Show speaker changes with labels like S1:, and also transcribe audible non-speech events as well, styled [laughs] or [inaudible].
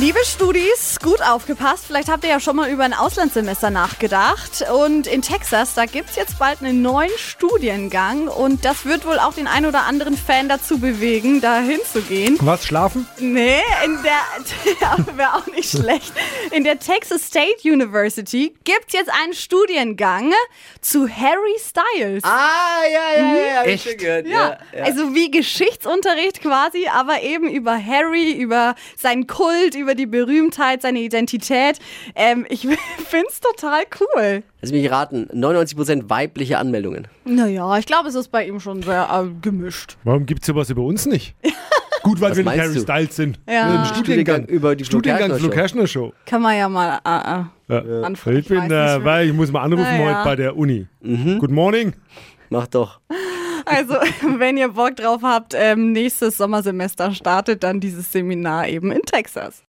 S1: Liebe Studis, gut aufgepasst. Vielleicht habt ihr ja schon mal über ein Auslandssemester nachgedacht. Und in Texas, da gibt's jetzt bald einen neuen Studiengang. Und das wird wohl auch den ein oder anderen Fan dazu bewegen, da hinzugehen.
S2: Was, schlafen?
S1: Nee, in der [laughs] wäre auch nicht schlecht. In der Texas State University gibt's jetzt einen Studiengang zu Harry Styles.
S3: Ah, ja, ja, ja, ja hab ich
S2: Echt?
S3: schon gehört.
S1: Ja,
S3: Ja, ja.
S1: also wie Geschichtsunterricht quasi, aber eben über Harry, über seinen Kult, über die Berühmtheit, seine Identität. Ähm, ich [laughs] find's total cool.
S3: Lass mich raten, 99% weibliche Anmeldungen.
S1: Naja, ich glaube, es ist bei ihm schon sehr äh, gemischt.
S2: Warum gibt's sowas über uns
S3: [laughs]
S2: nicht? Gut, weil
S3: Was
S2: wir nicht
S3: meinst
S2: Harry
S3: du?
S2: Styles sind.
S1: Ja.
S2: Ein Studiengang
S3: Studiengang über die Flo
S2: Studiengang Flo
S3: Kerschner
S2: Kerschner Show.
S1: Kann man ja mal äh, äh,
S2: Ja.
S1: anfangen.
S2: Ich bin,
S1: weiß
S2: äh,
S1: nicht,
S2: weil ich muss mal anrufen
S1: Ah, ja.
S2: heute bei der Uni. Good morning.
S3: Mach doch.
S1: Also, [laughs] wenn ihr Bock drauf habt, ähm, nächstes Sommersemester startet dann dieses Seminar eben in Texas.